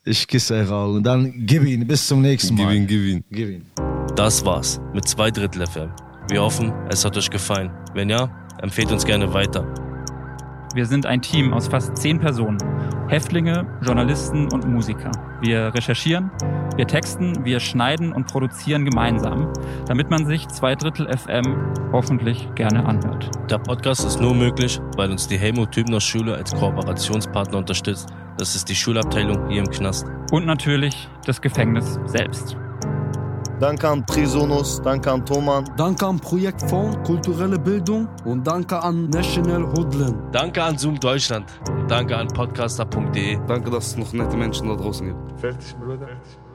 [SPEAKER 3] ich küsse eure Augen. Dann gib ihn. Bis zum nächsten Mal.
[SPEAKER 4] Gib ihn, gib ihn.
[SPEAKER 3] Gib ihn.
[SPEAKER 19] Das war's mit zwei Drittel FM. Wir hoffen, es hat euch gefallen. Wenn ja, empfehlt uns gerne weiter.
[SPEAKER 20] Wir sind ein Team aus fast zehn Personen. Häftlinge, Journalisten und Musiker. Wir recherchieren, wir texten, wir schneiden und produzieren gemeinsam, damit man sich zwei Drittel FM hoffentlich gerne anhört.
[SPEAKER 19] Der Podcast ist nur möglich, weil uns die Helmut Tübner Schule als Kooperationspartner unterstützt. Das ist die Schulabteilung hier im Knast.
[SPEAKER 20] Und natürlich das Gefängnis selbst.
[SPEAKER 21] Danke an Prisonus, danke an Thoman.
[SPEAKER 22] Danke an Projekt Fond Kulturelle Bildung und danke an National Hoodland.
[SPEAKER 19] Danke an Zoom Deutschland. Danke an podcaster.de. Danke, dass es noch nette Menschen da draußen gibt.
[SPEAKER 23] Fertig, Bruder. Fertig.